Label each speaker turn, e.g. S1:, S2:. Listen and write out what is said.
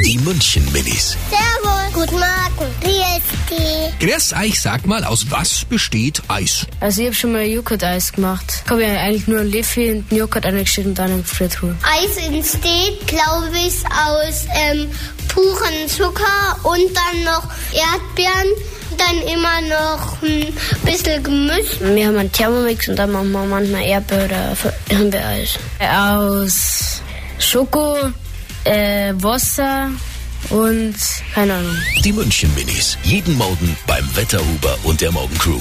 S1: Die München Minis.
S2: Servus. Guten Morgen. Wie ist die?
S1: Grüß euch, sag mal, aus was besteht Eis?
S3: Also ich habe schon mal Joghurt-Eis gemacht. Ich habe ja eigentlich nur einen Löffel und einen Joghurt eingeschnitten und einen Gefriertruhe.
S2: Eis entsteht, glaube ich, aus ähm, puren Zucker und dann noch Erdbeeren. Dann immer noch ein bisschen Gemüse.
S3: Wir haben einen Thermomix und dann machen wir manchmal Erdbeer oder Himbeereis. Aus Schoko, äh, Wasser und keine Ahnung.
S1: Die München Minis. Jeden Morgen beim Wetterhuber und der Morgencrew.